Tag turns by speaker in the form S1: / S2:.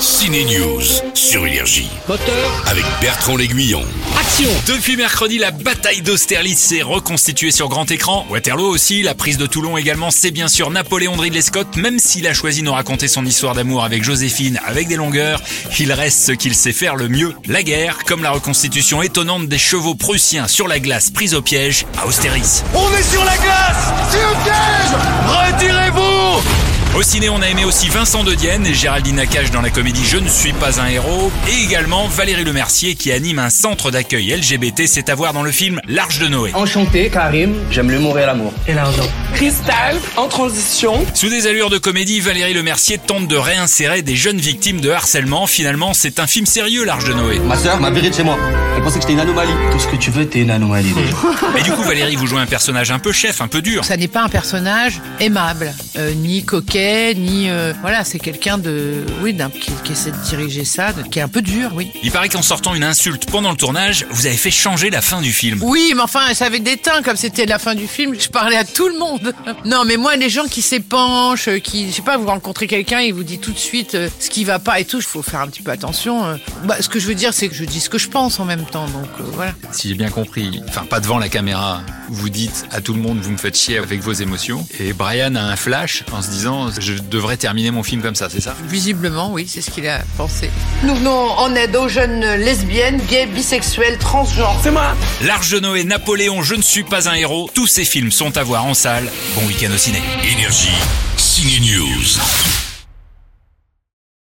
S1: Ciné News sur Énergie
S2: Moteur,
S1: avec Bertrand L'Aiguillon.
S2: action
S3: Depuis mercredi, la bataille d'Austerlitz s'est reconstituée sur grand écran. Waterloo aussi, la prise de Toulon également, c'est bien sûr Napoléon de Ridley Scott. Même s'il a choisi de nous raconter son histoire d'amour avec Joséphine avec des longueurs, il reste ce qu'il sait faire le mieux, la guerre, comme la reconstitution étonnante des chevaux prussiens sur la glace prise au piège à Austerlitz.
S4: On est sur la glace Sur le piège Retirez-vous
S3: Au ciné, on a aimé aussi Vincent De Dienne et Géraldine Nakache dans la comédie Je ne suis pas un héros, et également Valérie Lemercier qui anime un centre d'accueil LGBT, c'est à voir dans le film L'Arche de Noé.
S5: Enchanté, Karim. J'aime l'humour et l'amour. Et l'argent.
S6: Cristal en transition.
S3: Sous des allures de comédie, Valérie Lemercier tente de réinsérer des jeunes victimes de harcèlement. Finalement, c'est un film sérieux, L'Arche de Noé.
S5: Ma sœur m'a viré de chez moi. Elle pensait que j'étais une anomalie. Hmm. Tout ce que tu veux, t'es une anomalie.
S3: Mais du coup, Valérie, vous jouez un personnage un peu chef, un peu dur.
S7: Ça n'est pas un personnage aimable, euh, ni coquet, ni euh, voilà, c'est quelqu'un de oui, d'un qui, qui essaie de diriger ça, de- qui est un peu dur, oui.
S3: Il paraît qu'en sortant une insulte pendant le tournage, vous avez fait changer la fin du film.
S7: Oui, mais enfin, ça avait des teints comme c'était la fin du film. Je parlais à tout le monde. Non, mais moi, les gens qui s'épanchent, euh, qui, je sais pas, vous rencontrez quelqu'un, il vous dit tout de suite euh, ce qui va pas et tout. Il faut faire un petit peu attention. euh. Bah, ce que je veux dire, c'est que je dis ce que je pense en même temps, donc euh, voilà.
S3: Si j'ai bien compris, enfin pas devant la caméra, vous dites à tout le monde, vous me faites chier avec vos émotions. Et Brian a un flash en se disant, je devrais terminer mon film comme ça, c'est ça
S7: Visiblement, oui, c'est ce qu'il a pensé. Nous venons en aide aux jeunes lesbiennes, gays, bisexuels, transgenres.
S6: C'est moi.
S3: L'Arche de Noé, Napoléon, Je ne suis pas un héros, tous ces films sont à voir en salle. Bon week-end au ciné.
S1: Énergie, Ciné News.